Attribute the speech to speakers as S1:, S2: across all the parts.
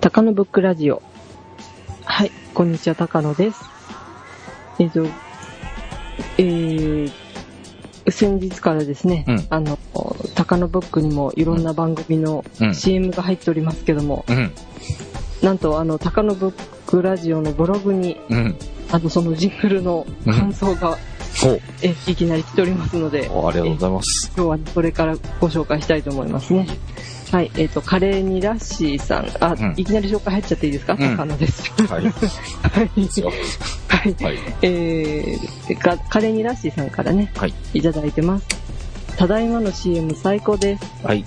S1: 高野ブックラジオ。はい、こんにちは、高野です。えっ、と、えー、先日からですね、
S2: うん
S1: あの、高野ブックにもいろんな番組の
S2: うん
S1: CM が入っておりますけども、
S2: うん。
S1: なんとあの、高野ブックラジオのブログに、
S2: うん。
S1: あの、そのジングルの感想が、
S2: お
S1: えいきなり来ておりますので、
S2: ありがとうございます。
S1: 今日はそれからご紹介したいと思いますね。はい、えっ、と、カレーにラッシーさん、あ、
S2: うん
S1: いきなり紹介入っちゃっていいですか、
S2: ん
S1: 高野です。
S2: はい。で
S1: はい。
S2: すよ。
S1: はい。
S2: はい。
S1: えー、かカレーにラッシーさんからね、
S2: はい。
S1: いただいてます。ただいまの CM 最高です。
S2: はい。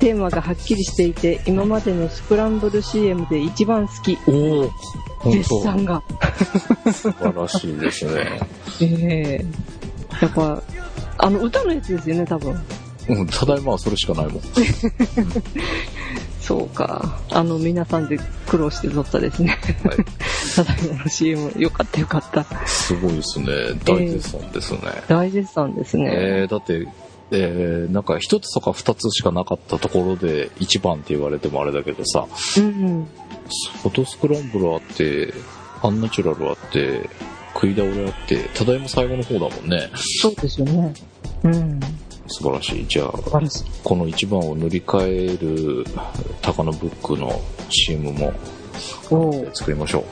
S1: テーマがはっきりしていて、今までのスクランブル CM で一番好き。
S2: おお
S1: 絶賛が。
S2: 素晴らしいですね。
S1: ええやっぱ、あの、歌のやつですよね、多分。
S2: うん、ただいまはそれしかないもん。
S1: そうか。あの、皆さんで苦労して撮ったですね。
S2: はい。
S1: ただいまの CM、よかったよかった。
S2: すごいですね。大絶賛ですね。
S1: 大絶賛です
S2: えー
S1: ね。
S2: だって、えー、なんか一つとか二つしかなかったところで一番って言われてもあれだけどさ、
S1: うん
S2: フォトスクランブルあって、アンナチュラルあって、食い倒れあって、ただいま最後の方だもんね。
S1: そうですよね。うん。
S2: 素晴らしい。じゃあ、
S1: 素晴らしい。
S2: この一番を塗り替える高野ブックの CM も
S1: おー
S2: 作りましょ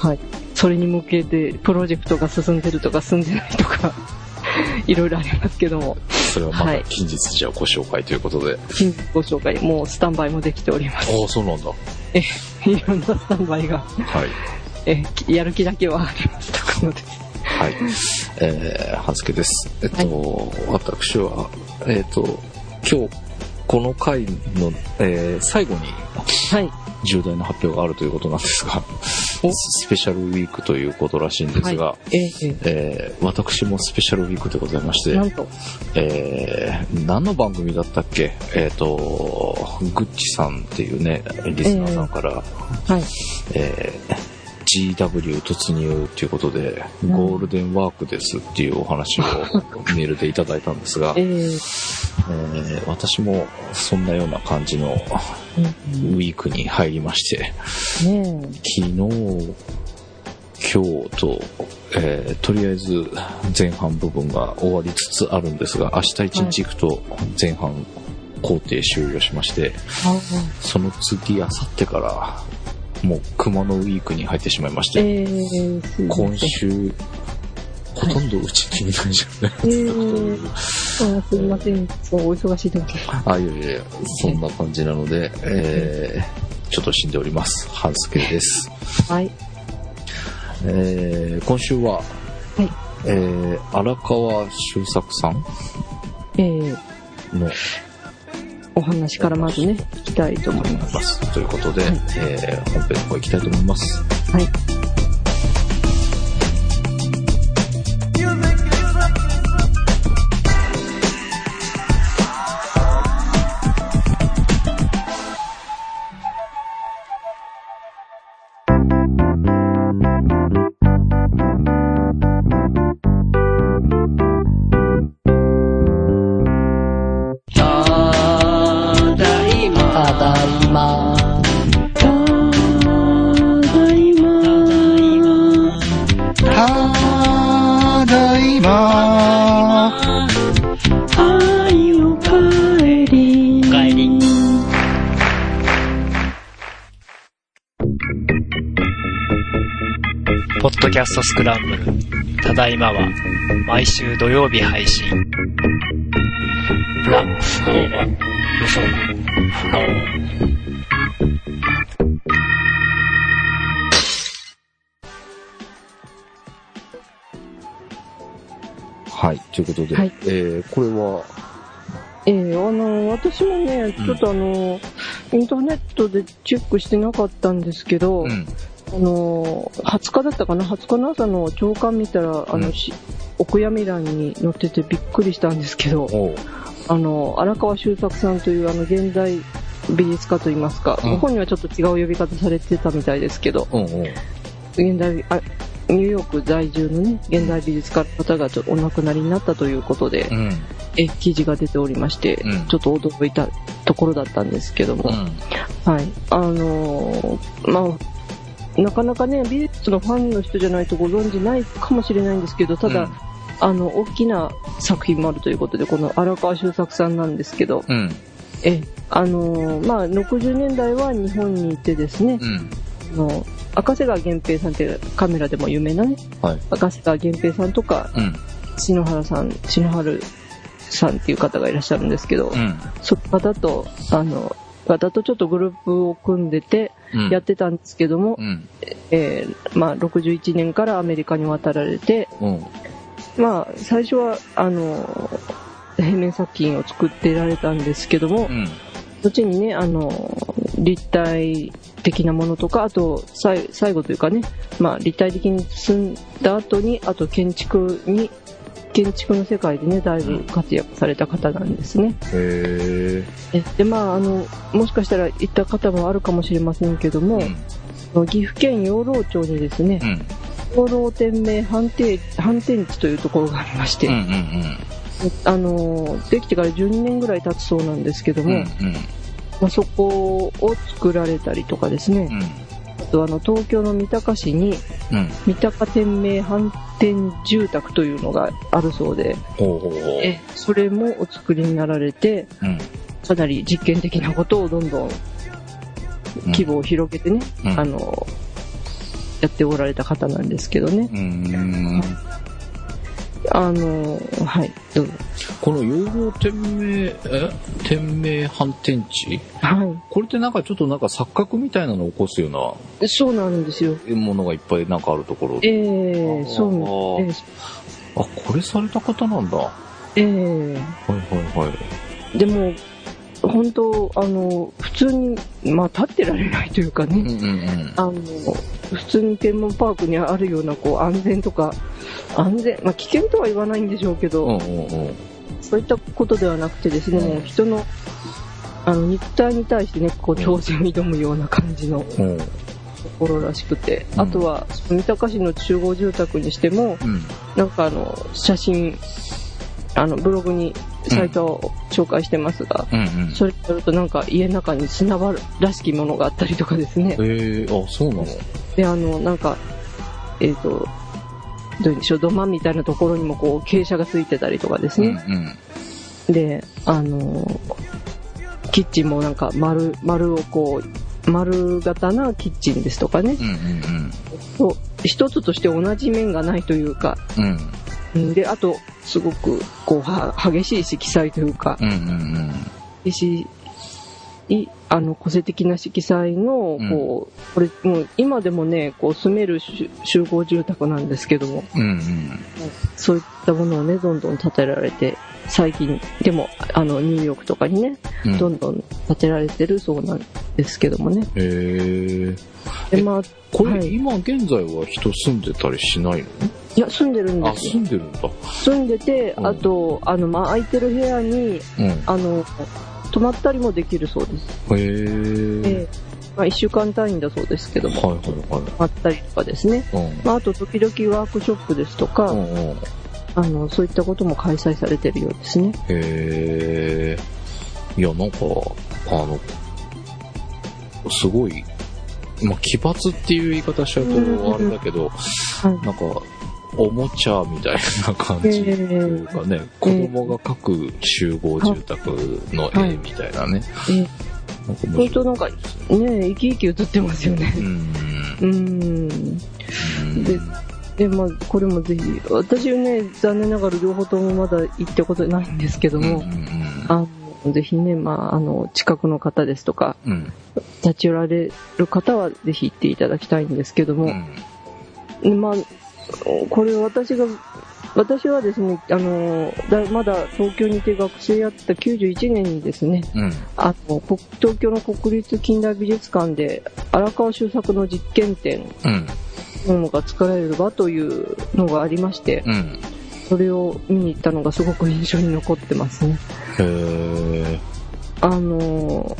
S2: う。
S1: はい、それに向けてプロジェクトが進んでるとか進んでないとか いろいろありますけども
S2: それはま
S1: は
S2: た
S1: い
S2: 近日じゃあご紹介ということで。
S1: 近日ご紹介もうスタンバイもできております
S2: ああ、そうなんだ。
S1: いろんなスタンバイが
S2: はい。
S1: えやる気だけはありましたので
S2: はい。えー、はずけです。えっと、私は、えっ、と、今日、この回の、えー最後に
S1: はい
S2: 重大な発表があるということなんですが、
S1: お
S2: スペシャルウィークということらしいんですが、
S1: ええ
S2: えー私もスペシャルウィークでございまして、
S1: なんと
S2: えー何の番組だったっけえっ、と、グッチさんっていうね、リスナーさんから、
S1: はい
S2: えー GW 突入ということで、
S1: ん
S2: ゴールデンワークですっていう お話をメールでいただいたんですが、
S1: え
S2: え
S1: え
S2: ー私もそんなような感じのウィークに入りまして、
S1: うんね
S2: 昨日、今日と、えーとりあえず前半部分が終わりつつあるんですが、明日一日行くと前半工程終了しまして、
S1: えあ
S2: その次、明後日から、もう熊のウィークに入ってしまいまして、
S1: ええすごい
S2: 今週、ほとんどうち気にないじゃんね。
S1: ええあすいませんそうお忙しい時
S2: あ、いやいやいや、そんな感じなので、えー、ちょっと死んでおります。半助です。
S1: はい
S2: えー、今週は、
S1: はい
S2: えー、荒川修作さん
S1: ええ
S2: の
S1: お話からまずね聞きたいと思います
S2: ます。ということで、
S1: はい
S2: えー、本編の方行きたいと思います。
S1: はい
S3: ただいま。ただいま。
S4: ポッドキャストスクランブル、ただいまは、毎週土曜日配信。ラ
S2: はい、ということで、
S1: はい
S2: えー、これは、
S1: ええあの私もね、
S2: うん
S1: ちょっとあの、インターネットでチェックしてなかったんですけど、
S2: うん、
S1: あの20日だったかな、20日の朝の朝刊見たら、あの
S2: うん
S1: しお悔やみ欄に載っててびっくりしたんですけど、
S2: おう
S1: あの荒川修作さんというあの現代美術家といいますか、
S2: うん
S1: ここにはちょっと違う呼び方されてたみたいですけど、
S2: うんうん、
S1: 現代あニューヨーク在住の、ね、現代美術家の方がちょっとお亡くなりになったということで、
S2: うん、
S1: え記事が出ておりまして、
S2: うん
S1: ちょっと驚いたところだったんですけども、はい、あのーまあ、なかなかね、美術のファンの人じゃないとご存知ないかもしれないんですけど、ただ、
S2: うん
S1: あの、大きな作品もあるということで、この荒川修作さんなんですけど、
S2: うん。
S1: え、あのーまあ、60年代は日本にいてですね、
S2: うん。
S1: あの赤瀬川源平さんっていうカメラでも有名なね、
S2: はい
S1: 赤瀬川源平さんとか、
S2: うん。
S1: 篠原さん、篠原さんっていう方がいらっしゃるんですけど、
S2: うん。
S1: その方と、あの、方とちょっとグループを組んでて、
S2: うん。
S1: やってたんですけども、
S2: うん。
S1: えーまあ、61年からアメリカに渡られて、
S2: うん。
S1: まあ、最初はあのー平面作品を作ってられたんですけども、
S2: うん。
S1: 後にね、あのー立体的なものとかあとさい最後というかね、まあ、立体的に進んだ後にあと建築に建築の世界でねだいぶ活躍された方なんですね。
S2: へえ。
S1: えでまああのもしかしたら行った方もあるかもしれませんけども
S2: う、ん。
S1: 岐阜県養老町にですね、
S2: うん。
S1: 養老天明反転反転地というところがありまして、
S2: うん。うん。
S1: あのできてから12年ぐらい経つそうなんですけど
S2: うん。う
S1: も、
S2: ん。
S1: まあ、そこを作られたりとかですね、あとあの東京の三鷹市に
S2: うん。うん。
S1: 三鷹天明反転住宅というのがあるそうで、
S2: ほうほうほう。
S1: えそれもお作りになられて
S2: うん。
S1: かなり実験的なことをどんどん規模を広げてね、
S2: うん
S1: あのやっておられた方なんですけどね。
S2: うん。
S1: あのはい、どうぞ。
S2: この養老天明、え天明反転地
S1: はい。
S2: これってなんかちょっとなんか錯覚みたいなのを起こすよう
S1: そうなんですよ。
S2: なものがいっぱいなんかあるところ。
S1: ええそうなんです。
S2: あ、これされた方なんだ。は
S1: ええ
S2: いはいはい。
S1: でも、本当あの、普通に、まあ、立ってられないというか
S2: う
S1: ね、
S2: んうん
S1: あの、普通に天文パークにあるような、こう、安全とか、安全、まあ、危険とは言わないんでしょうけど、
S2: うん。うんうんうん。
S1: そういったことではなくてですね、もう人の、あの、肉体に対してね、こう、挑戦を挑むような感じの
S2: うん。
S1: ところらしくて、
S2: うん
S1: あとは、三鷹市の集合住宅にしても、
S2: うん。
S1: なんかあの写真あのブログにサイトを紹介してますが、
S2: うんうん。
S1: それによるとなんか家の中に砂場らしきものがあったりとかですね
S2: えー、あ、そうなの
S1: であのなんかえっ、とどういうんでしょう土間みたいなところにもこう傾斜がついてたりとかです
S2: うんう
S1: ね、
S2: ん。
S1: であのキッチンもなんか丸丸をこう丸型なキッチンですとかね
S2: うんうん
S1: そう一つとして同じ面がないというか
S2: うん。うん
S1: うんであとすごくこうは激しい色彩というか
S2: うんうん
S1: 激しいあの個性的な色彩の
S2: うん
S1: こう、これもう今でもねこう住める集集合住宅なんですけども
S2: うん。うんうん。
S1: そういったものをねどんどん建てられて最近でもあのニューヨークとかにね
S2: うん
S1: どんどん建てられてるそうなんですけどもね
S2: えー、
S1: でまあ
S2: これ、
S1: はい
S2: 今現在は人住んでたりしない
S1: いや住んでるん
S2: の
S1: で
S2: あ、
S1: す
S2: 住
S1: よ
S2: んでるんだ。
S1: 住んでて
S2: うん
S1: あとあの、まあ、空いてる部屋に
S2: うん。へ
S1: あの泊まったりもできるそうです
S2: ー。
S1: ええまあ、1週間単位だそうですけども、
S2: はいはいは
S1: あったりとかですね、
S2: い。うん。
S1: まあ、あと時々ワークショップですとか、
S2: うんうん。
S1: あのそういったことも開催されてるようですね。
S2: へえ。いや、なんか、あの、すごい、まあ、奇抜っていう言い方しちゃ
S1: うんうんう
S2: うんとあれだけど、
S1: はい
S2: なんか、おもちゃみたいな感じと
S1: ええ
S2: いうかね、子供が描く集合住宅の絵みたいなね。
S1: え
S2: なんか
S1: 本
S2: 面白
S1: 当
S2: い
S1: なんか、ねえ、生き生き映ってますよね。
S2: うん。
S1: うーん。でで、まあ、これもぜひ、私ね、残念ながら両方ともまだ行ったことないんですけど
S2: うんうん
S1: も、あの、ぜひね、まあ、あの、近くの方ですとか、
S2: うんうん
S1: 立ち寄られる方はぜひ行っていただきたいんですけども、
S2: うん
S1: まあ、これ私が、私はですね、あの、だまだ東京にいて学生やった91年にですね、
S2: うん
S1: あの、こ東京の国立近代美術館で荒川修作の実験展
S2: うん
S1: ものが作られる場というのがありまして、
S2: うん
S1: それを見に行ったのがすごく印象に残ってますね。
S2: へえ
S1: あの、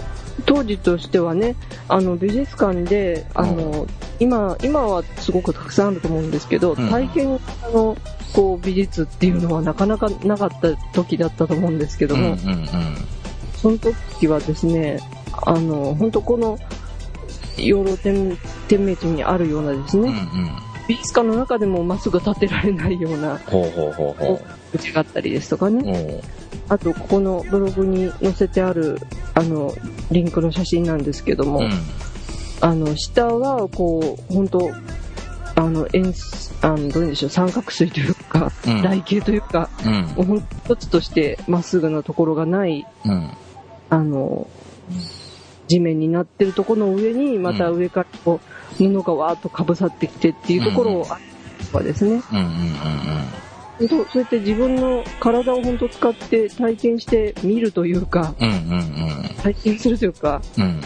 S1: 当時としてはね、あの、美術館で、あの、今、今はすごくたくさんあると思うんですけど、
S2: ん
S1: 大変、あの、工美術っていうのはなかなかなかった時だったと思うんですけど
S2: うんう
S1: も、
S2: んうん。
S1: その時はですね、あの、本当この、養老天天明地にあるようなです
S2: うんう
S1: ね、
S2: ん。
S1: 美術館の中でもまっすぐ建てられないような
S2: ほうほうほうほ
S1: うちがあったりですとか
S2: う。
S1: ね、
S2: うん。
S1: あとここのブログに載せてある、あの、リンクの写真なんですけども、
S2: うん。
S1: あの、下はこう、本当あの、円す、あの、どういうんでしょう、三角錐というか、
S2: うん
S1: 台形というか、
S2: うん。
S1: もうほんと一つとしてまっすぐなところがない
S2: うん。
S1: あの、地面になってるところの上に、また上からこう、布がわーっとかぶさってきてっていうところを、あとかですね。
S2: うんうんうん
S1: そうそうやって自分の体を本当使って体験して見るというか、
S2: うん。うんうん
S1: 体験するというか、
S2: うん。うん。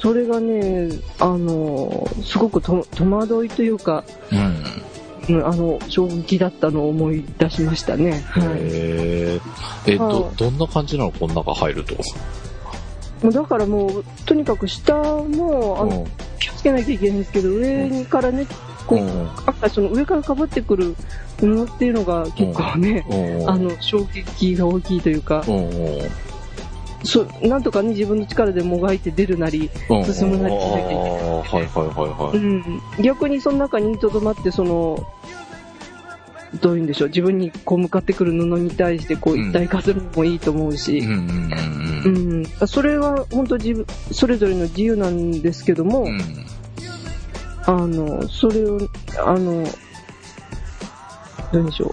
S1: それがね、あの、すごくと戸惑いというか、
S2: うん。
S1: うんあの、衝撃だったのを思い出しましたね。はい。
S2: へえ。え、ど
S1: は、い
S2: どんな感じなのこの中入ると。
S1: もうだからもう、とにかく下も、あ
S2: う
S1: の、
S2: ん
S1: 気をつけなきゃいけないんですけど、上にからね、こう、
S2: うん
S1: やっぱりその上からかぶってくる布っていうのが結構ね、
S2: うん。
S1: あの衝撃が大きいというか
S2: う、んうん。
S1: そうなんとかね自分の力でもがいて出るなり、
S2: うん。
S1: 進むなり
S2: ああ、
S1: しなきゃいけない
S2: はいはいはいうはい。
S1: ん、逆にその中にとどまってそのどういうんでしょう自分にこう向かってくる布に対してこう
S2: うん
S1: 一体化するのもいいと思う
S2: う
S1: し、
S2: んうんう
S1: うんんそれは本当自分それぞれの自由なんですけども、
S2: うん。うん。
S1: あの、それを、あの、何でしょう。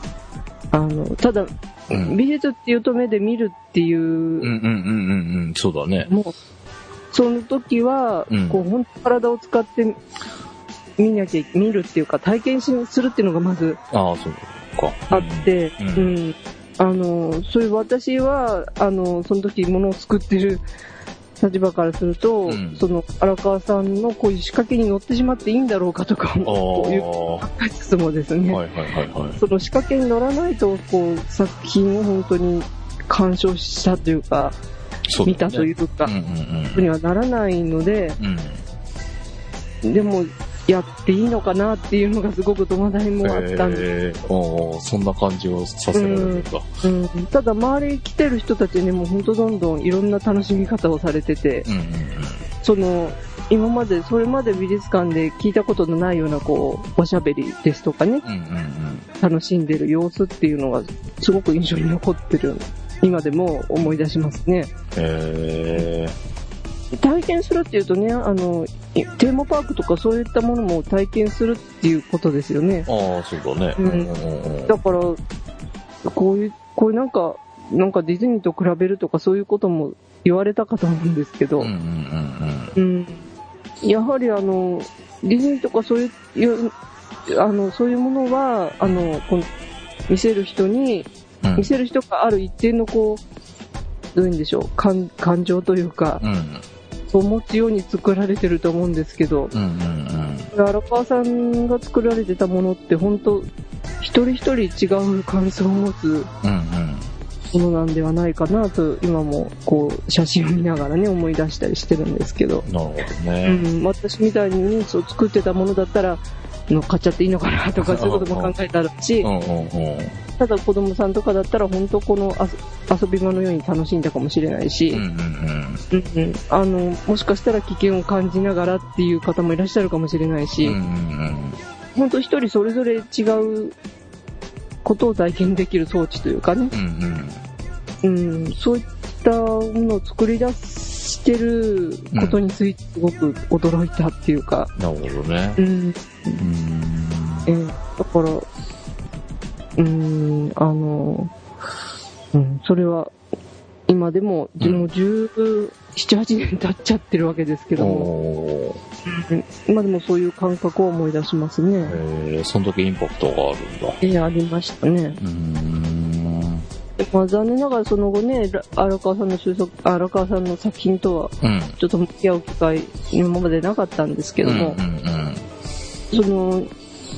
S1: あの、ただ、
S2: うん
S1: 美術っていうと目で見るっていうう、
S2: んうんうんうんうん。そうだね。
S1: もう、その時は、
S2: うん
S1: こう、本当体を使って見なきゃ、見るっていうか、体験しするっていうのがまず
S2: ああ、そうか。
S1: あって、う
S2: う
S1: んん。あの、そういう私は、あの、その時物を作ってる立場からすると、
S2: うん
S1: その荒川さんのこういう仕掛けに乗ってしまっていいんだろうかとか、
S2: ああ、
S1: こういう
S2: は
S1: 考えつつもですね、
S2: いはいはいはい。
S1: その仕掛けに乗らないとこう作品を本当に鑑賞したというか
S2: そうだね
S1: 見たというか、
S2: うんうん
S1: にはならないので
S2: うん。うん。
S1: でもやっていいのかなっていうのがすごく戸惑いもあったんで、
S2: えー、おーそんな感じをさせられるんだ。
S1: うん、ただ周りに来てる人たちにも本当どんどんいろんな楽しみ方をされてて
S2: うんうん
S1: その今までそれまで美術館で聞いたことのないようなこうおしゃべりですとかね
S2: うん。うんうんうん。
S1: 楽しんでる様子っていうのがすごく印象に残ってる今でも思い出しますね
S2: え
S1: 体験するっていうとねあのいテーマパークとかそういったものも体験するっていうことですよね
S2: ー、ああ、そうだね。
S1: うん
S2: うんうん。
S1: だからこういうこういうなんかなんかディズニーと比べるとかそういうことも言われたかと思うんですけど、
S2: うんうんうん
S1: うん、やはりあのディズニーとかそういういうあのそういうものはあのこの見せる人に
S2: うん。
S1: 見せる人がある一定のこうどういうんでしょう感感情というか
S2: うんうん
S1: そう持つように作られてると思うんですけど
S2: うんうん
S1: 荒川さんが作られてたものって本当一人一人違う感想を持つ
S2: うんうん
S1: ものなんではないかなと今もこう写真を見ながらね思い出したりしてるんですけど、
S2: うん。なるほど
S1: う
S2: ね。
S1: ん、私みたいにニュースを作ってたものだったらの買っちゃっていいのかなとかそういうことも考えたらし
S2: うんうんうん。
S1: ただ子供さんとかだったら本当この遊遊び場のように楽しんだかもしれないし、
S2: うんう
S1: う
S2: ん
S1: んうんあのもしかしたら危険を感じながらっていう方もいらっしゃるかもしれない
S2: うん。う
S1: し、
S2: んうん
S1: 本当一人それぞれ違うことを体験できる装置というかね、
S2: うん。うんうん。
S1: うん、そういったものを作り出してることについてすごく驚いたっていうか、
S2: なるほどね。
S1: うん
S2: うん。
S1: えーだから、うん、あの、うん、それは今でも、
S2: うん
S1: もう17、8年経っちゃってるわけですけども、
S2: おー
S1: 今でもそういう感覚を思い出しますね。
S2: えー、そんだけインパクトがあるんだ。
S1: えーありましたね。
S2: うーん。
S1: まあ、残念ながらその後ね、ら荒川さんの収束、荒川さんの作品とは
S2: うん。
S1: ちょっと向き合う機会、今までなかったんですけども
S2: う、んうん
S1: その、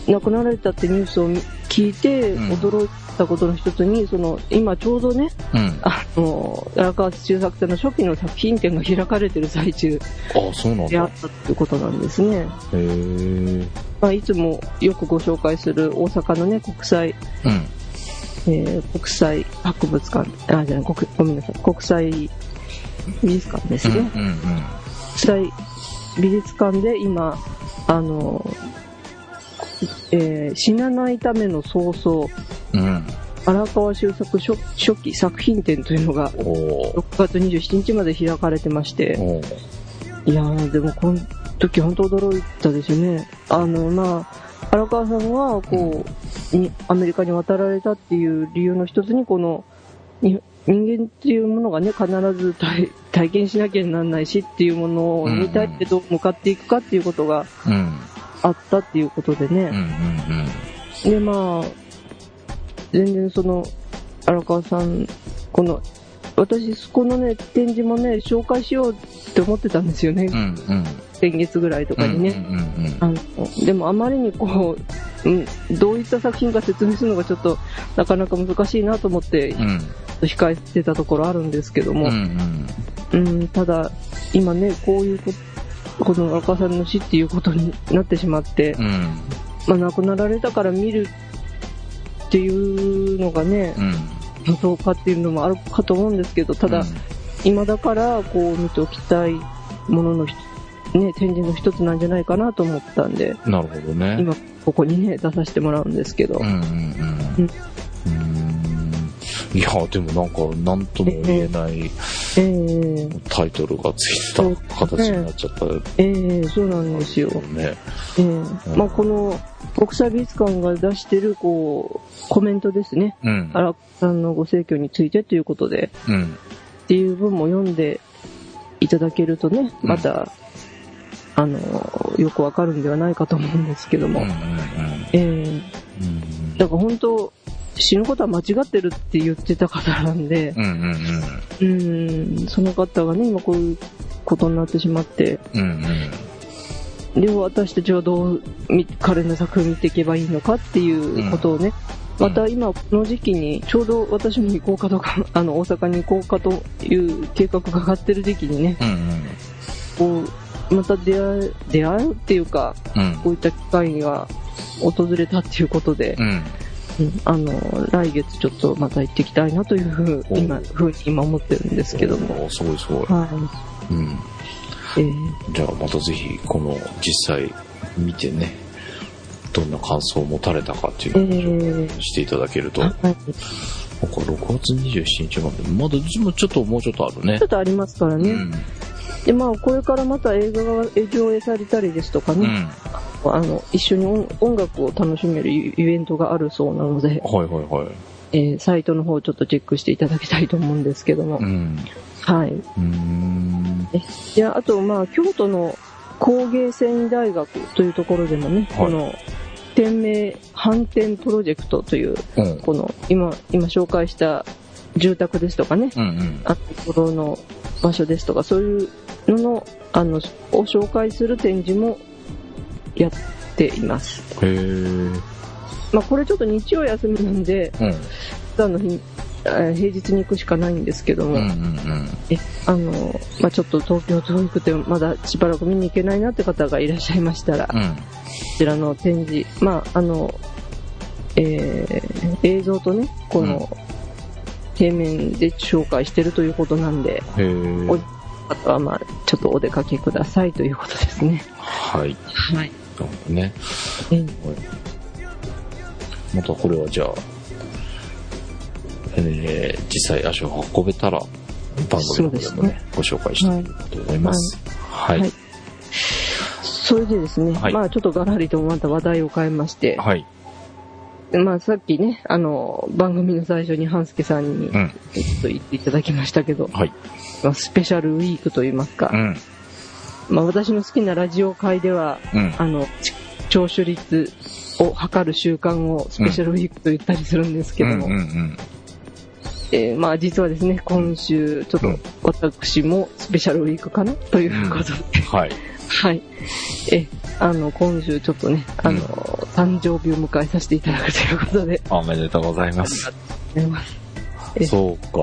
S1: 亡くなられたってニュースを見聞いて
S2: うん
S1: 驚いたことの一つに、その、今ちょうどね、
S2: うん。あ、
S1: あの、荒川中作さんの初期の作品展が開かれてる最中
S2: そうなん
S1: であ
S2: だ
S1: っ。たってことなんですね。
S2: へえ。うん。
S1: まあ、いつもよくご紹介する大阪のね、国際、えー国際博物館、あ、じゃない、国ごめんなさい、国際美術館です
S2: うん
S1: ね。
S2: うんうん。
S1: 国際美術館で今、あの、えー死なないための早々、
S2: うん。
S1: 荒川修作初初期作品展というのが
S2: おー
S1: 6月27日まで開かれてまして、
S2: おー
S1: いやー、でもこの時本当驚いたですよね。あの、まあ、荒川さんは、こう、にアメリカに渡られたっていう理由の一つに、この、に人間っていうものがね、必ず体体験しなきゃならないしっていうものに対してどう向かっていくかっていうことが
S2: うん。
S1: あったっていうことで
S2: うんう
S1: ね。
S2: んうん。
S1: で、まあ、全然その、荒川さん、この、私、このね、展示もね、紹介しようって思ってたんですよね。
S2: うんうん。
S1: 先月ぐらいとかにね。
S2: うんうんうん。
S1: あのでもあまりにこう、うん、どういった作品か説明するのがちょっとなかなか難しいなと思って
S2: うん
S1: 控えてたところあるんですけど
S2: うん
S1: も
S2: う、ん。
S1: うんただ今ねこういうここの若さんの死っていうことになってしまって、
S2: うん
S1: まあ、亡くなられたから見るっていうのがね
S2: うん。
S1: どうかっていうのもあるかと思うんですけどただ、今だからこう見ておきたいもののひ、ね、展示の一つなんじゃないかなと思ったんで。
S2: うん、なるほどね。
S1: 今ここにね出させてもらうんですけど、
S2: うんうんうん。うんいや、でもなんか、なんとも言えない
S1: えー、
S2: タイトルがついてた形になっちゃったよ
S1: えーそうなんですよ、
S2: ね。
S1: えー
S2: うん
S1: まあ、この国際美術館が出してるこうコメントですね
S2: うん。
S1: 荒木さんのご逝去についてということで
S2: うん。
S1: っていう文も読んでいただけるとね
S2: うん
S1: また、あのよくわかるんではないかと思うんですけど
S2: うん
S1: も、
S2: うん
S1: えー
S2: うん。
S1: だから本当死ぬことは間違ってるって言ってた方なんで、
S2: うんうんうん。
S1: うん、その方がね、今こういうことになってしまって、
S2: うんうん。
S1: で、私たちはどうみ彼の作品見ていけばいいのかっていうことをね、
S2: うん
S1: また今この時期に、ちょうど私も行こうかとか、 あの、大阪に行こうかという計画が上がってる時期にね、
S2: うんうん。
S1: こう、また出会う、出会うっていうか、
S2: うん。
S1: こういった機会が訪れたっていうことで、
S2: うん。
S1: うんあの、来月ちょっとまた行ってきたいなというふう、
S2: お
S1: 今、ふうに今思ってるんですけども。
S2: おー。すごいすごい。
S1: は
S2: うん。
S1: い。えー
S2: じゃあまたぜひ、この実際見てね、どんな感想を持たれたかっていう話をしていただけると、なんか
S1: はい
S2: 6月27日まで、まだでもちょっともうちょっとあるね
S1: ちょ。っとありますから
S2: う
S1: ね、
S2: ん。
S1: でまあ、これからまた映画が上映されたりですとか
S2: うん。
S1: ね、
S2: はい
S1: あの一緒に音音楽を楽しめるイベントがあるそうなので、
S2: はいはい。
S1: えーサイトの方をちょっとチェックしていただきたいと思うんですけども、
S2: うん。
S1: はい、
S2: うーん。
S1: いやあと、まあ、京都の工芸繊維大学というところでもね、この店名反転プロジェクトという
S2: うん。
S1: この今今紹介した住宅ですとかね
S2: うんうん。
S1: あところの場所ですとかそういうののあのを紹介する展示もやっています、
S2: へー
S1: まあ、これちょっと日曜休みなんで
S2: うん。
S1: 普段の日えー平日に行くしかないんですけども、
S2: うんうんうん。
S1: あのまあ、ちょっと東京遠くてまだしばらく見に行けないなって方がいらっしゃいましたら、
S2: う
S1: こ
S2: ん。
S1: ちらの展示、まああのえー映像とねこの平面で紹介してるということなんで、
S2: へー
S1: あとはまあ、ちょっとお出かけくださいということですね。
S2: はい。
S1: はい。
S2: なるほどね。またこれはじゃあ、えー、実際足を運べたら、番組の方で
S1: そう
S2: も
S1: で
S2: ね、
S1: すね
S2: ご紹介したいと思います。はい。
S1: はいそれでですね、
S2: はい
S1: まあちょっとガラリとまた話題を変えまして、
S2: はい。
S1: まあさっきね、あの、番組の最初に半助さんに
S2: うん。
S1: ちょっと言っていただきましたけど、
S2: はい。
S1: まあスペシャルウィークといいますか
S2: う、ん。
S1: まあ私の好きなラジオ界では、
S2: うん。
S1: あの、ち聴取率を測る習慣をスペシャルウィークと言ったりするんですけども、
S2: うんうんうん。
S1: えーまあ実はですね、今週、ちょっ
S2: うん
S1: と私もスペシャルウィークかなということで、
S2: はい。
S1: はい。え、あの、今週ちょっとね、あの、
S2: うん
S1: 誕生日を迎えさせていただくということで
S2: おめでとうございます。
S1: ございます。え
S2: そうか。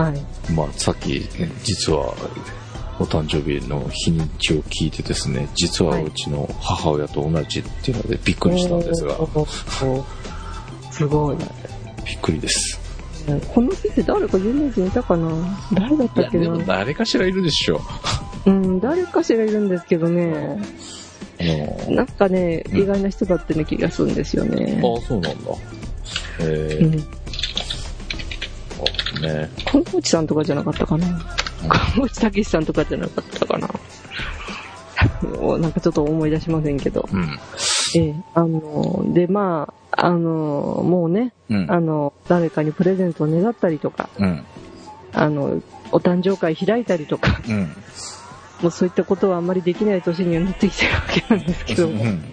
S1: はい。
S2: まあ、さっき、実は、お誕生日の日にちを聞いてですね、実は
S1: はいう
S2: ちの母親と同じっていうのでびっくりしたんですが、
S1: おーおーすごい。
S2: びっくりです。
S1: この先生誰か有名人いたかな誰だっ
S2: い
S1: た
S2: や、
S1: っけ
S2: でも
S1: な
S2: 誰かしらいるでしょ。
S1: うん、誰かしらいるんですけどね、
S2: あの
S1: なんかね、
S2: うん
S1: 意外な人だってね気がするんですよね。
S2: ああ、そうなんだ。え
S1: う
S2: ー
S1: ん。
S2: あね、
S1: 看護師さんとかじゃなかったかな看護師たけしさんとかじゃなかったかなもうなんかちょっと思い出しませんけど。
S2: うん。
S1: ええ、あの、で、まあ、あの、もうね、
S2: うん。
S1: あの、誰かにプレゼントをねだったりとか、
S2: うん。
S1: あの、お誕生会開いたりとか、
S2: うん。
S1: もうそういったことはあんまりできない年にはなってきてるわけなんですけど
S2: う
S1: も、
S2: ん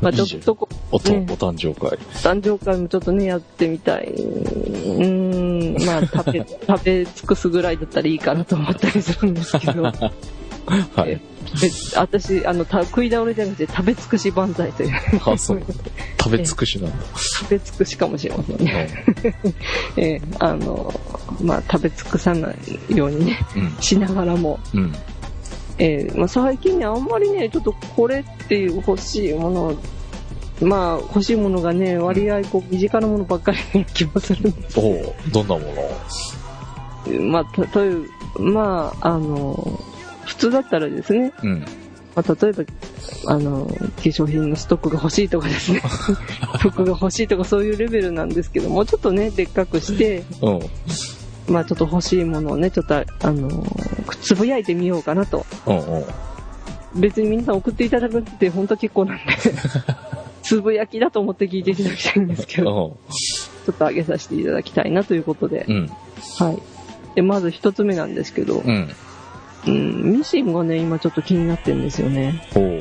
S1: まあちょっとこう、
S2: おと、
S1: ね
S2: お誕生会。
S1: 誕生会もちょっとね、やってみたい。うーん、まあ、食 べ、食べ尽くすぐらいだったらいいかなと思ったりするんですけど、で
S2: はい。
S1: 私、あの、た食い倒れじゃなくて、食べ尽くし万歳という、
S2: あ、そうなんだ。食べ尽くしなんだ。
S1: 食べ尽くしかもしれませんね。ええあの、まあ、食べ尽くさないようにね、
S2: うん。
S1: しながらも、
S2: うん。
S1: えーまあ、最近ね、あんまりね、ちょっとこれっていう欲しいもの、まあ、欲しいものがね、割合こう、身近なものばっかりな気もする んです
S2: おおうどんなもの
S1: まあ、たという、まあ、あの、普通だったらですね、
S2: うん。
S1: まあ、例えば、あの、化粧品のストックが欲しいとかですね、服が欲しいとかそういうレベルなんですけども、ちょっとね、でっかくして、
S2: うん。
S1: まあ、ちょっと欲しいものをね、ちょっと、あの、つぶやいてみようかなと。
S2: うんうん。
S1: 別に皆さん送っていただくって本当結構 なんで、つぶやきだと思って聞いていただきたいんですけど、ちょっと上げさせていただきたいなということで、
S2: うん。
S1: はい。で、まず一つ目なんですけど
S2: う、ん。
S1: うん、ミシンがね、今ちょっと気になってるんですよね。
S2: おお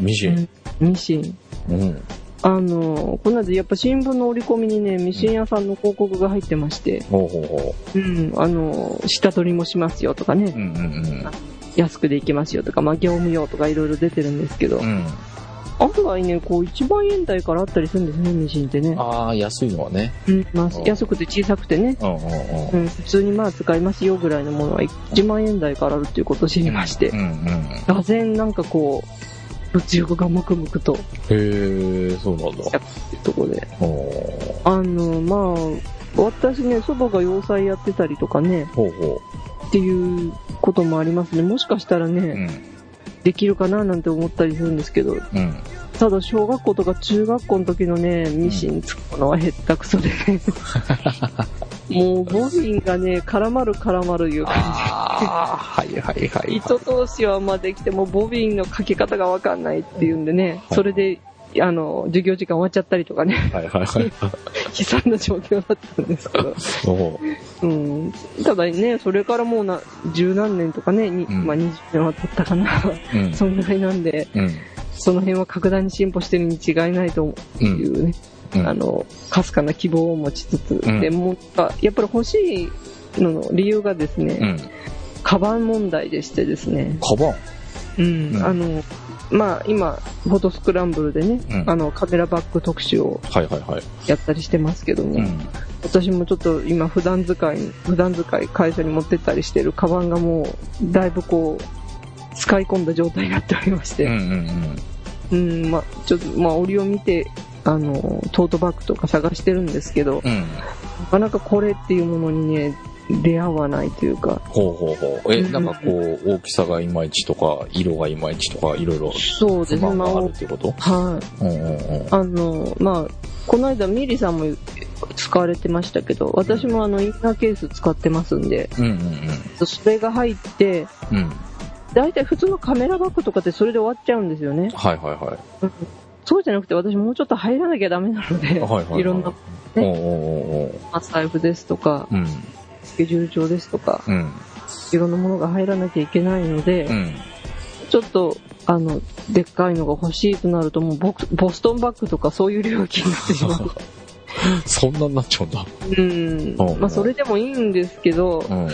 S2: ミシン。
S1: ミシン。
S2: うん。
S1: あの、この間やっぱ新聞の折り込みにね、ミシン屋さんの広告が入ってまして、
S2: ほうほうほ
S1: うん、あの、下取りもしますよとか
S2: う。う
S1: ね、
S2: んうんうん。
S1: 安くでいきますよとか、まあ業務用とかいろいろ出てるんですけど
S2: う、ん。
S1: 案外ね、こう1万円台からあったりするんですね、ミシンってね。
S2: ああ、安いのはね。
S1: うんまあ
S2: うん、
S1: 安くて小さくてね、
S2: うんうんうん。
S1: うん、普通にまあ使いますよぐらいのものは1万円台からあるということを知りまして
S2: う、んうん。へ
S1: 俄然なんかこう、物欲がムクムクと、
S2: え、そうなんだ。
S1: ってとこで。
S2: おお
S1: あの、まあ、私ね、祖母が洋裁やってたりとかね、
S2: ほうほ
S1: っていうこともありますね。もしかしたら
S2: う。う
S1: ね、
S2: ん。
S1: できるかななんて思ったりするんですけど、
S2: うん。
S1: ただ小学校とか中学校の時のね、ミシンつくのは減ったくそでね。もうボビンがね、絡まる絡まるいう感じ
S2: ああ、はいはいはい。
S1: 糸通しはまあできてもボビンのかけ方がわかんないっていうんでね、
S2: はい
S1: それであの授業時間終わっちゃったりとかね
S2: はいはいはい。
S1: 悲惨な状況だったんですけど、
S2: おお
S1: うん、ただねそれからもうな十何年とかね、に
S2: うん
S1: まあ、20年は経ったかな
S2: うん。
S1: そんぐらいなんで
S2: うん。
S1: その辺は格段に進歩してるに違いないと
S2: う
S1: い
S2: ん。
S1: うね、
S2: うん
S1: あのかすかな希望を持ちつつ、
S2: ん
S1: でもうあやっぱり欲しいのの理由がですね、
S2: うん。
S1: カバン問題でしてですね、
S2: カバン。
S1: うん
S2: うん
S1: あの、まあ今、フォトスクランブルでね、
S2: うん
S1: あの、カメラバッグ特集を
S2: はいはいはい。
S1: やったりしてますけども、
S2: うん。
S1: 私もちょっと今普段使い、普段使い会社に持ってったりしてるカバンがもう、だいぶこう、使い込んだ状態になっておりまし
S2: うん
S1: て、
S2: うん
S1: うん、まあちょっと、まあ折を見て、あの、トートバッグとか探してるんですけど、
S2: うん。うん。
S1: なかなかこれっていうものにね、出会わないというか、
S2: ほうほうほう。え、
S1: うん
S2: なんかこう、大きさがいまいちとか、色がいまいちとか、いろいろ
S1: そうです
S2: 不
S1: ね
S2: 満
S1: まあ
S2: があるってこと
S1: はい。
S2: うんうんうん。
S1: あの、まあ、この間ミリさんも使われてましたけど、私もあのインナーケース使ってますんで、
S2: うんうん
S1: それが入って、
S2: うん。うん。
S1: だいたい普通のカメラバッグとかってそれで終わっちゃうんですよね。
S2: はいはいはい。
S1: そうじゃなくて私もうちょっと入らなきゃダメなので、
S2: はいはいはい
S1: ろんな
S2: おう
S1: ね
S2: おうおうおう
S1: まあ財布ですとか、
S2: うん。
S1: スケジュール帳ですとか、
S2: うん。
S1: いろんなものが入らなきゃいけないので、
S2: うん。
S1: ちょっと、あの、 でっかいのが欲しいとなると、もうボクボストンバッグとかそういう料金になってしまう。
S2: そんなになっちゃうんだ。
S1: うん
S2: うん
S1: まあ、それでもいいんですけど、
S2: うん。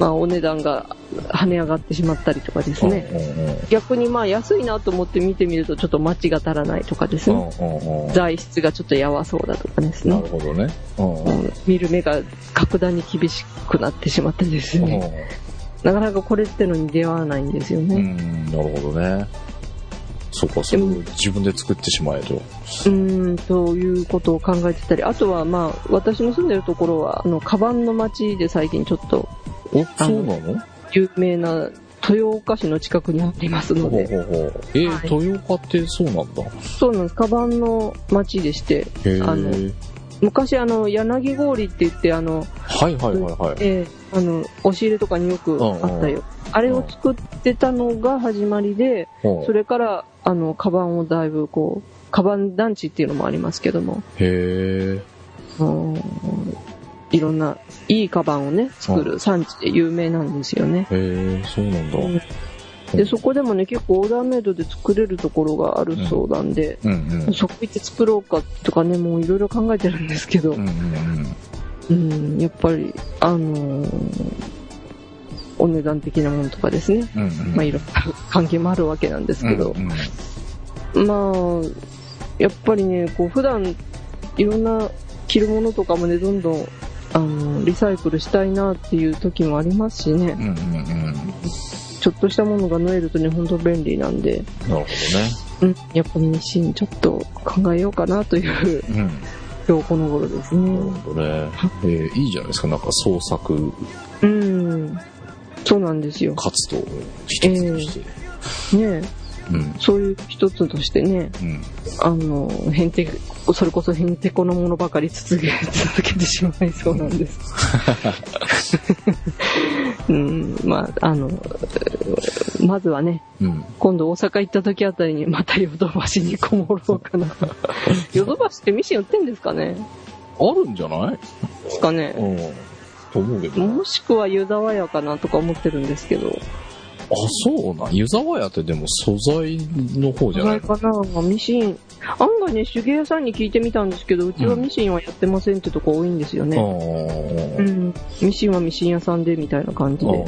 S1: まあ、お値段が跳ね上がってしまったりとかですね、
S2: うんうんうん
S1: 逆にまあ安いなと思って見てみると、ちょっと待ちが足らないとかですね、
S2: うんうんうん
S1: 材質がちょっとやわそうだとかです
S2: な
S1: ね
S2: る、ほどね。うん
S1: う。ん見る目が格段に厳しくなってしまってですね、なかなかこれってのに出会わないんですよ
S2: う
S1: ね。
S2: ん、なるほどね。そうか、それを自分で作ってしまえと。
S1: うーん、ということを考えてたり、あとはまあ、私の住んでるところは、あの、カバンの街で最近ちょっと
S2: お、そうなの
S1: 有名な豊岡市の近くにあります
S2: ほ
S1: の
S2: うほう
S1: で、
S2: ほう。え、
S1: はい
S2: 豊岡ってそうなんだ。
S1: そうなんです、カバンの街でして、
S2: へえ。
S1: あの昔あの、柳氷って言って、あの、
S2: はいはいはいはい。
S1: えーあの、押し入れとかによくあったよ。あれを作ってたのが始まりで、
S2: うん
S1: それから、あの、カバンをだいぶこう、カバン団地っていうのもありますけども、
S2: へえ。
S1: うんいろんないいカバンをね、作る産地で有名なんですよね。
S2: へえ、そうなんだ。
S1: うんで、そこでもね、結構オーダーメイドで作れるところがあるそうなんで、
S2: うんうん。
S1: そこ行って作ろうかとかね、もういろいろ考えてるんですけど、
S2: うんうん
S1: うん、やっぱり、あのーお値段的なものとかですね、
S2: うん。うん
S1: まあいろんな関係もあるわけなんですけど
S2: う、んうん
S1: まあ、やっぱりね、こう普段いろんな着るものとかもね、どんどんあのリサイクルしたいなっていう時もありますしね、
S2: うんうんうん。なる
S1: ちょっとしたものが縫えるとね、本当便利なんで、
S2: ほどね。
S1: うん、やっぱミシンちょっと考えようかなという
S2: うん。
S1: 今日この頃ですね。
S2: なるほどね。えーいいじゃないですか。なんか創作
S1: うん、そうなんですよ。
S2: 活動を一つとして。
S1: ね
S2: うん。
S1: そういう一つとしてね、
S2: うん。
S1: あの、へんて、それこそへんてこのものばかり続け、続けてしまいそうなんです。 うん、まあ、あの、まずはね、
S2: うん。
S1: 今度大阪行った時あたりにまたヨドバシにこもろうか な。ヨドバシってミシン売ってんですかね
S2: あるんじゃない
S1: ですかね。
S2: うん。と思うけど。
S1: もしくは湯沢屋かなとか思ってるんですけど。
S2: あ、そうなん。湯沢屋ってでも素材の方じゃないの
S1: かなミシン。案外ね、手芸屋さんに聞いてみたんですけど、うちはミシンはやってませんってとこ多いんですよね。
S2: あ
S1: う
S2: ー
S1: ん、ミシンはミシン屋さんでみたいな感じ
S2: あ
S1: で。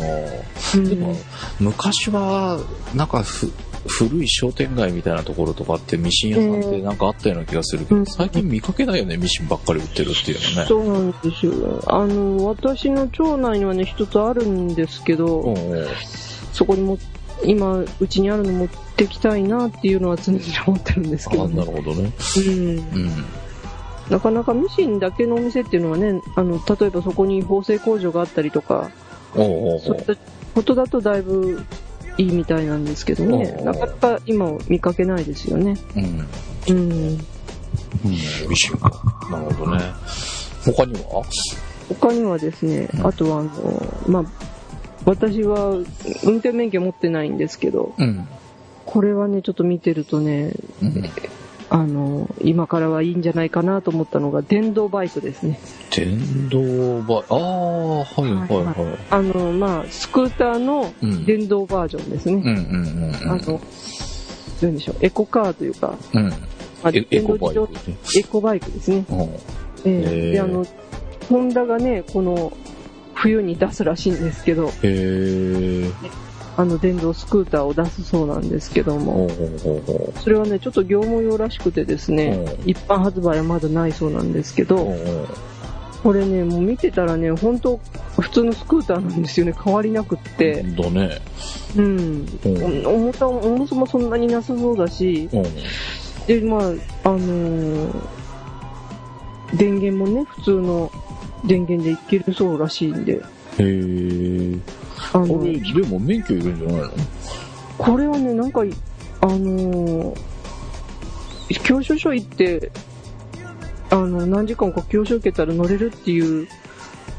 S2: ー。
S1: う
S2: で
S1: ん
S2: も、昔は、なんかふ、古い商店街みたいなところとかってミシン屋さんってなんかあったような気がするけど、
S1: うん
S2: 最近見かけないよね、ミシンばっかり売ってるっていうのね。
S1: そうなんですよ。あの、私の町内にはね、一つあるんですけど、
S2: うんうん。
S1: そこにも、今、うちにあるの持ってきたいなっていうのは常に思ってるんですけ
S2: あ
S1: ど
S2: あ、
S1: ね、
S2: なるほどね。
S1: うん
S2: うん。
S1: なかなかミシンだけのお店っていうのはね、あの、例えばそこに縫製工場があったりとか、
S2: おうおう
S1: そういったことだとだいぶいいみたいなんですけどね、
S2: うん
S1: なかなか今見かけないですよね。
S2: うん。うん。
S1: うん。
S2: ミシンか。なるほどね。他には
S1: 他にはですね
S2: う、ん
S1: あとはあの、まあ、私は運転免許持ってないんですけど、
S2: うん。
S1: これはね、ちょっと見てるとね、
S2: うん
S1: あの、今からはいいんじゃないかなと思ったのが電動バイクですね。
S2: 電動バイああ、はいはいは
S1: あの、まあ、スクーターの
S2: い。うん。
S1: 電動バージョンです
S2: う
S1: ね。
S2: んうんうん
S1: あ
S2: うん。
S1: の、なんでしょう、エコカーというか、
S2: うん。
S1: まあ
S2: えエコ
S1: 電動
S2: バイ
S1: 自動
S2: クね。
S1: エコバイクですね。
S2: うん。
S1: ええ
S2: へえ
S1: で、あの、ホンダがね、この、冬に出すらしいんですけど、
S2: へえ。
S1: あの電動スクーターを出すそうなんですけども、
S2: おうおうおうおう。
S1: それはね、ちょっと業務用らしくてですね、一般発売はまだないそうなんですけ
S2: うん。う
S1: ど、
S2: んうん。
S1: これね、もう見てたらね、本当普通のスクーターなんですよね、変わりなくって。
S2: だね。
S1: うん。
S2: うん。
S1: お重さも、重さもそんなになさそうだし、
S2: うん。
S1: で、まあ、あのー電源もね、普通の電源でいけるそうらしいんで、
S2: へえ。
S1: あ
S2: あ
S1: の、
S2: れ、でも免許いるんじゃないの
S1: これはね、なんか、あのー教習所行って、あの、何時間か教習受けたら乗れるっていう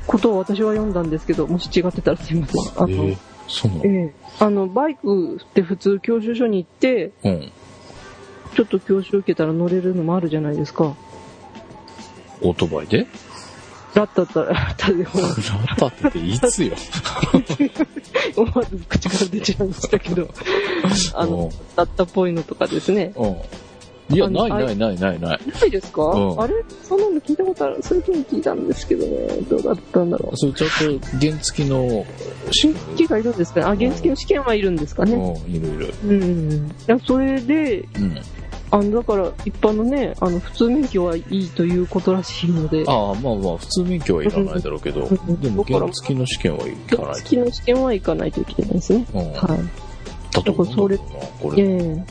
S1: ことを私は読んだんですけど、もし違ってたらすいません。あの、
S2: えー、そうなの
S1: ええあの、バイクって普通教習所に行って、
S2: うん。
S1: ちょっと教習受けたら乗れるのもあるじゃないですか。
S2: オートバ イで
S1: だったったら、 だったでも
S2: ラタっていつよ。
S1: 思わず 口から出ちゃいましたけど、あの、だったっぽいのとかですね。
S2: うん。いや、
S1: あの
S2: ないないないないない。
S1: ないですか、
S2: うん
S1: あれそんなの聞いたことある最近聞いたんですけどね。どうだったんだろう。
S2: それちゃんと原付きの、
S1: 新規がいるんですかねあ、原付の試験はいるんですかね。
S2: うん、いろいろ。
S1: うんうんうん。いや、それで、
S2: うん。
S1: あの、だから、一般のね、あの、普通免許はいいということらしいので、
S2: ああ、まあまあ、普通免許はいらないだろうけど
S1: うんう、ん
S2: でも原付きの試験はいか
S1: 原
S2: ない
S1: 付の試験は行かないといけないですね。
S2: と。うん。
S1: はい。
S2: だと思うんだけどな、こ
S1: え
S2: れ。
S1: え
S2: うん。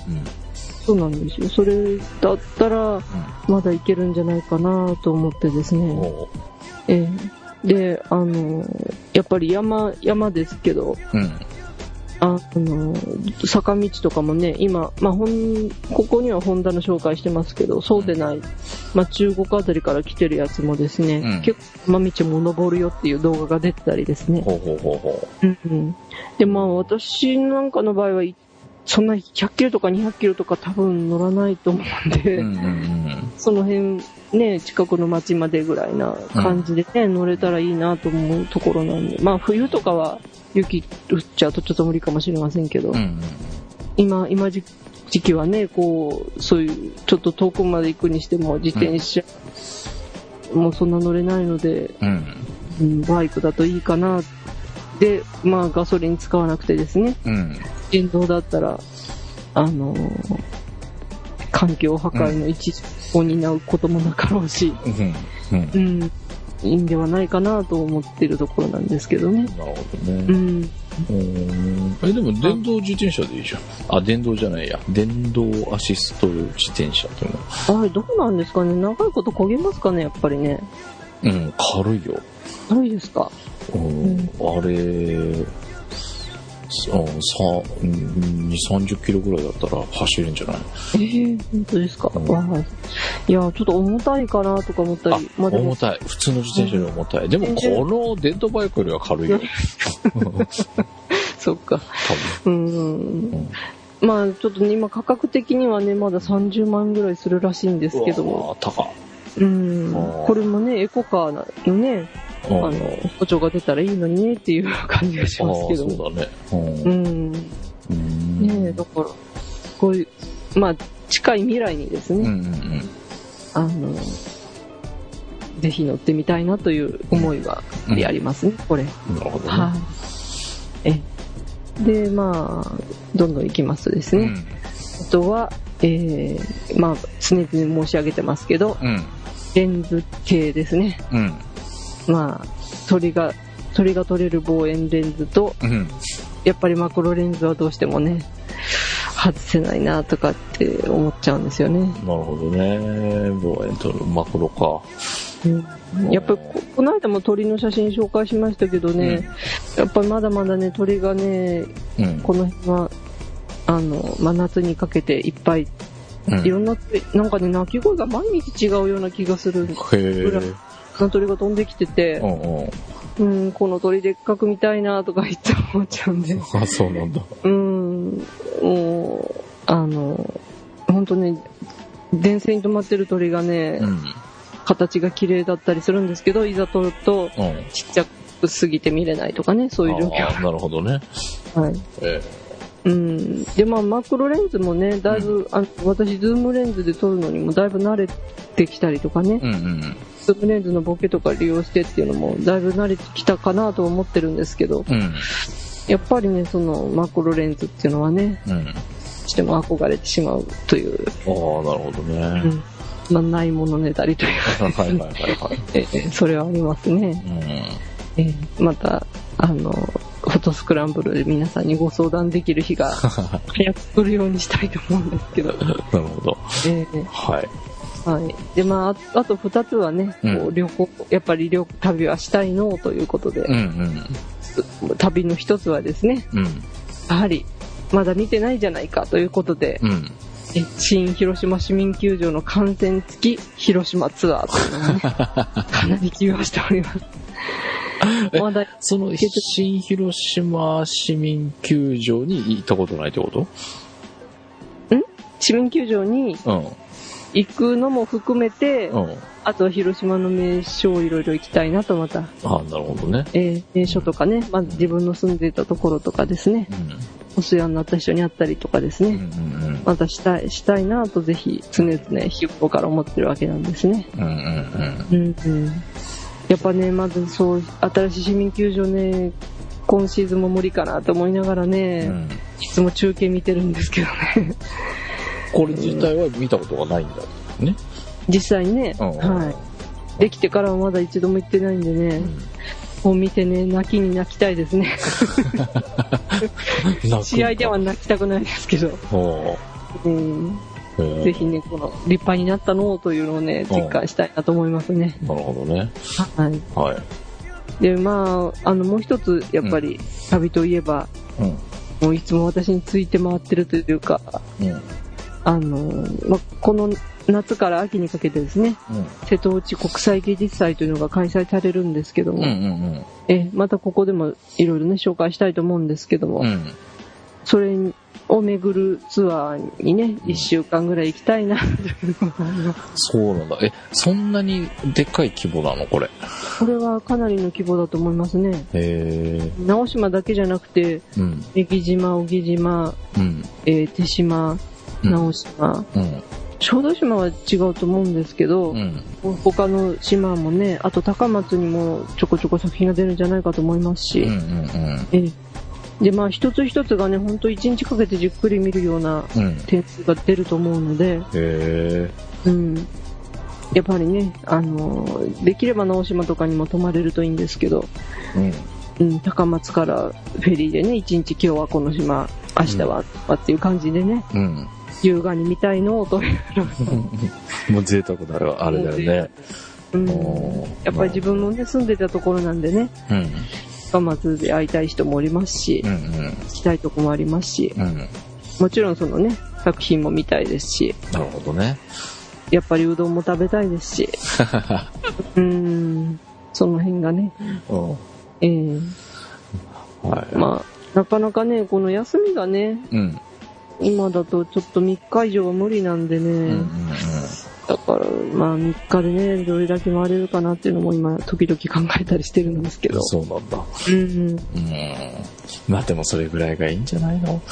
S1: そうなんですよ。それだったら、まだいけるんじゃないかなと思ってですね。
S2: おう
S1: ええで、あの、やっぱり山、山ですけど、
S2: うん。
S1: あの、坂道とかもね、今、まあ、ほん、ここにはホンダの紹介してますけど、そうでない、まあ、中国あたりから来てるやつもですね、
S2: うん
S1: 結構山道も登るよっていう動画が出てたりですね。
S2: ほうほうほうほ
S1: うんうん。で、まあ、私なんかの場合は、いそんな100キロとか200キロとか多分乗らないと思うん
S2: う。
S1: で、
S2: うんうんうん。
S1: その辺、ね、近くの町までぐらいな感じでね、乗れたらいいなと思うところなんで、まあ冬とかは雪降っちゃうとちょっと無理かもしれませんけど、
S2: うんうん。
S1: 今、今時時期はね、こう、そういう、ちょっと遠くまで行くにしても自転車、もうそんな乗れないので、
S2: うん。
S1: うんバイクだといいかな。で、まあガソリン使わなくてですね、
S2: うん。
S1: 電動だったら、あのー環境破壊の一歩を担うこともなかろうし、
S2: うん。うん。
S1: うん、いいんではないかなと思ってるところなんですけどね。
S2: なるほど
S1: う
S2: ね。
S1: ん、
S2: うん。え、でも電動自転車でいいじゃん。あ、電動じゃないや。電動アシスト自転車っていうの。
S1: あれどうなんですかね長いこと焦げますかねやっぱりね。
S2: うん、軽いよ。
S1: 軽いですか
S2: うん、あれ、ささうん2、30キロぐらいだったら走るんじゃない
S1: ええ本当ですか、
S2: うん
S1: わあいや、ちょっと重たいかなとか思った
S2: あ
S1: り、、まあでも
S2: 重、たい。普通の自転車より重たい。でも、この電動バイクよりは軽いよ。
S1: そっか。
S2: 多
S1: うん。
S2: 分。
S1: まあちょっとね、今価格的にはね、まだ30万ぐらいするらしいんですけども。
S2: あ、高。
S1: うん
S2: あー。
S1: これもね、エコカーなのね、
S2: う
S1: あの、
S2: ん
S1: 補助が出たらいいのにねっていう感じがし
S2: ああ
S1: ますけど。
S2: そうだね。うん
S1: うん。
S2: うん
S1: ねえ、だから、こういう、まあ、近い未来にです
S2: うんう
S1: ね、
S2: んうん
S1: あの、ぜひ乗ってみたいなという思いは
S2: うん
S1: ありますね、これ。
S2: なるほどね。
S1: はい、えで、まあ、どんどん行きますとです
S2: う
S1: ね、
S2: ん。
S1: あとは、えー、まあ、常々申し上げてますけど、
S2: うん。
S1: レンズ系ですね。
S2: うん。
S1: まあ、鳥が、鳥が取れる望遠レンズと、
S2: うん。
S1: やっぱりマクロレンズはどうしてもね、外せないなとかって思っちゃうんですよね。
S2: なるほどね。望遠とマクロか。
S1: やっぱりここの間も鳥の写真紹介しましたけどね、やっぱりまだまだね、鳥がね、
S2: うん。
S1: この辺は、あの、真夏にかけていっぱい、
S2: うん
S1: いろんな鳥、なんかね、鳴き声が毎日違うような気がする、
S2: へえ。
S1: な鳥が飛んできてて
S2: う、んうん。
S1: うん、この鳥でっかく見たいなとかいつも思っちゃうんで。
S2: あ、そうなんだ。
S1: うーん、もう、あの、本当ね、電線に止まってる鳥がね、
S2: うん。
S1: 形が綺麗だったりするんですけど、いざ撮ると、
S2: うん。
S1: ちっちゃくすぎて見れないとかね、そういう状
S2: あーなるほどね。
S1: 況。はい。
S2: え
S1: うん。で、まあ、マクロレンズもね、だいぶ、あの私、ズームレンズで撮るのにもだいぶ慣れてきたりとかね、
S2: えうんうん。
S1: ズームレンズのボケとか利用してっていうのも、だいぶ慣れてきたかなと思ってるんですけど、
S2: うん。
S1: やっぱりね、その、マクロレンズっていうのはね、
S2: うん。あ
S1: しても憧れてしまうという、
S2: あ、なるほどね。は
S1: まあ、ないものねだりという
S2: いはいはいはい。
S1: ええそれはありますね、
S2: うん。
S1: ええまたあのフォトスクランブルで皆さんにご相談できる日が早く来るようにしたいと思うんですけど、
S2: なるほど。
S1: ええ
S2: はい。
S1: はい、でまあああと2つはね、
S2: うん
S1: こう旅行やっぱり旅旅はしたいのということで、
S2: うん
S1: 旅の1つはですね
S2: うん。うん。
S1: やはりまだ見てないじゃないかということで、
S2: うん。
S1: え新広島市民球場の観戦付き広島ツアーというのを ねかなり休業しております。まだ、
S2: その、新広島市民球場に行ったことないってこ
S1: 市民球場に
S2: と
S1: 行くのも含めて、
S2: うん。うん。
S1: あとは広島の名所をいろいろ行きたいなとまた、
S2: ああ、なるほどね。
S1: えー名所とかね、まあ、自分の住んでいたところとかですね、
S2: うん。
S1: お世話になった人に会ったりとかです
S2: う
S1: ね、
S2: んうんうん
S1: またしたいしたいなぁとぜひ常々日頃から思ってるわけなんですね。
S2: うんうん
S1: うんうん、やっぱね、まずそう、新しい市民球場ね、今シーズンも無理かなと思いながら
S2: う
S1: ね、
S2: んうん
S1: いつも中継見てるんですけどね、
S2: これ自体は見たことがないんだね。
S1: 実際ね、
S2: うん
S1: はい。できてからはまだ一度も行ってないんでね、もう見てね、泣きに泣きたいですね。
S2: 泣く
S1: 試合では泣きたくないですけど、
S2: ほ
S1: うん、
S2: うへえ
S1: ぜひね、この立派になったのをというのをね、実感したいなと思いますね。
S2: なるほどね。
S1: はい。
S2: はい。
S1: で、まあ、あの、もう一つ、やっぱり、旅といえば、
S2: う
S1: もういつも私について回ってるというか、
S2: ん。うん。
S1: あの、まあ、この夏から秋にかけてですね、瀬戸内国際芸術祭というのが開催されるんですけども、
S2: うんうん
S1: えまたここでもいろいろね、紹介したいと思うんですけども、
S2: うん。うん。
S1: それを巡るツアーにね、
S2: ん
S1: 1週間ぐらい行きたいな、というのがあります
S2: そうなんだ。え、そんなにでっかい規模なのこれ。
S1: これはかなりの規模だと思いますね。
S2: へえ。
S1: 直島だけじゃなくて、
S2: うん。
S1: 三木島、小木島、
S2: うん。
S1: えー手島、
S2: うん
S1: 直島、
S2: うん。
S1: 小豆島は違うと思うんですけど、
S2: うん。
S1: 他の島もね、あと高松にもちょこちょこ作品が出るんじゃないかと思いますし、
S2: うんうん
S1: ええで、まあ一つ一つがね、ほんと一日かけてじっくり見るような
S2: うん。うん。
S1: 点数が出ると思うので、
S2: へえ。
S1: うん。やっぱりね、あの、できれば直島とかにも泊まれるといいんですけど、
S2: うん。
S1: うん、高松からフェリーでね、一日今日はこの島、明日は、まあっていう感じでね、
S2: うん。
S1: 優雅に見たいのをという、
S2: もう贅沢だよ、あれだよね。
S1: うん
S2: おー
S1: やっぱり自分のね、住んでたところなんでね、
S2: うん。
S1: 高松で会いたい人もおりますし
S2: う、んうん。
S1: 行きたいとこもありますし、
S2: うん。
S1: もちろんそのね、作品も見たいですし、
S2: なるほどね。
S1: やっぱりうどんも食べたいです し、うん、その辺がね、
S2: うん。
S1: えー
S2: はい。
S1: まあ、なかなかね、この休みがね、
S2: うん。
S1: 今だとちょっと3日以上は無理なんでね、
S2: うんうん
S1: だから、まあ3日でね、どれだけ回れるかなっていうのも今、時々考えたりしてるんですけ
S2: うん。
S1: ど、
S2: そうなんだ。
S1: うん、
S2: うん。まあでもそれぐらいがいいんじゃないの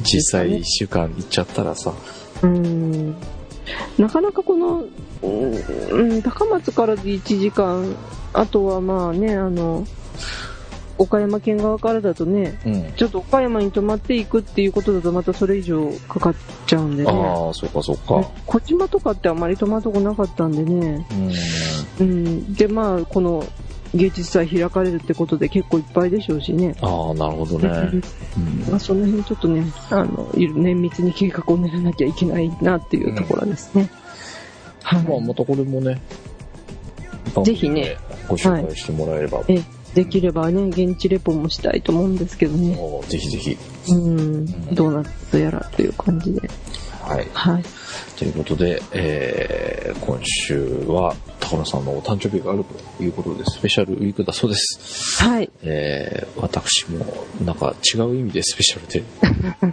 S2: 実際一週間行っちゃったらさ。
S1: うん、なかなかこの、うんうん、高松からで1時間、あとはまあね、あの、岡山県側からだとね、
S2: うん。
S1: ちょっと岡山に泊まっていくっていうことだとまたそれ以上かかっちゃうんでね。
S2: ああ、そうかそうか。
S1: 小島とかってあまり泊まるとこなかったんでね。
S2: うん。
S1: うん。で、まあ、この芸術祭開かれるってことで結構いっぱいでしょうしね。
S2: ああ、なるほど
S1: う
S2: ね
S1: ん。まあ、その辺ちょっとね、あの、い綿密に計画を練らなきゃいけないなっていうところですね。
S2: まあ
S1: はい。
S2: またこれもね、
S1: ぜひね、
S2: ご紹介してもらえれば。
S1: えできればね、現地レポもしたいと思うんですけどね。
S2: おーぜひぜひ。
S1: うん。どうなったやらという感じで。
S2: はい。
S1: はい。
S2: ということで、えー、今週は、高野さんのお誕生日があるということで、スペシャルウィークだそうです。
S1: はい。
S2: えー、私も、なんか違う意味でスペシャ ルで、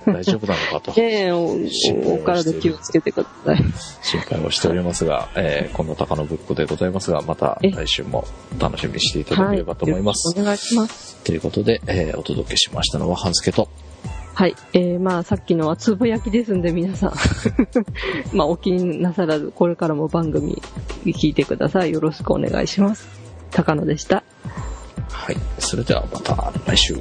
S2: 大丈夫なのかと。
S1: ねえ、おおお体気をつけてください。
S2: 心配をしておりますが、えー、この高野ぶっこでございますが、また
S1: え
S2: 来週も楽しみにしていただければと思います。
S1: はい、お願いします。
S2: ということで、えー、お届けしましたのは、半助と、
S1: はい。えー、まあ、さっきのはつぶやきですんで、皆さん。 まあ、お気になさらず、これからも番組聞いてください。よろしくお願いします。高野でした。
S2: はい、それではまた来週。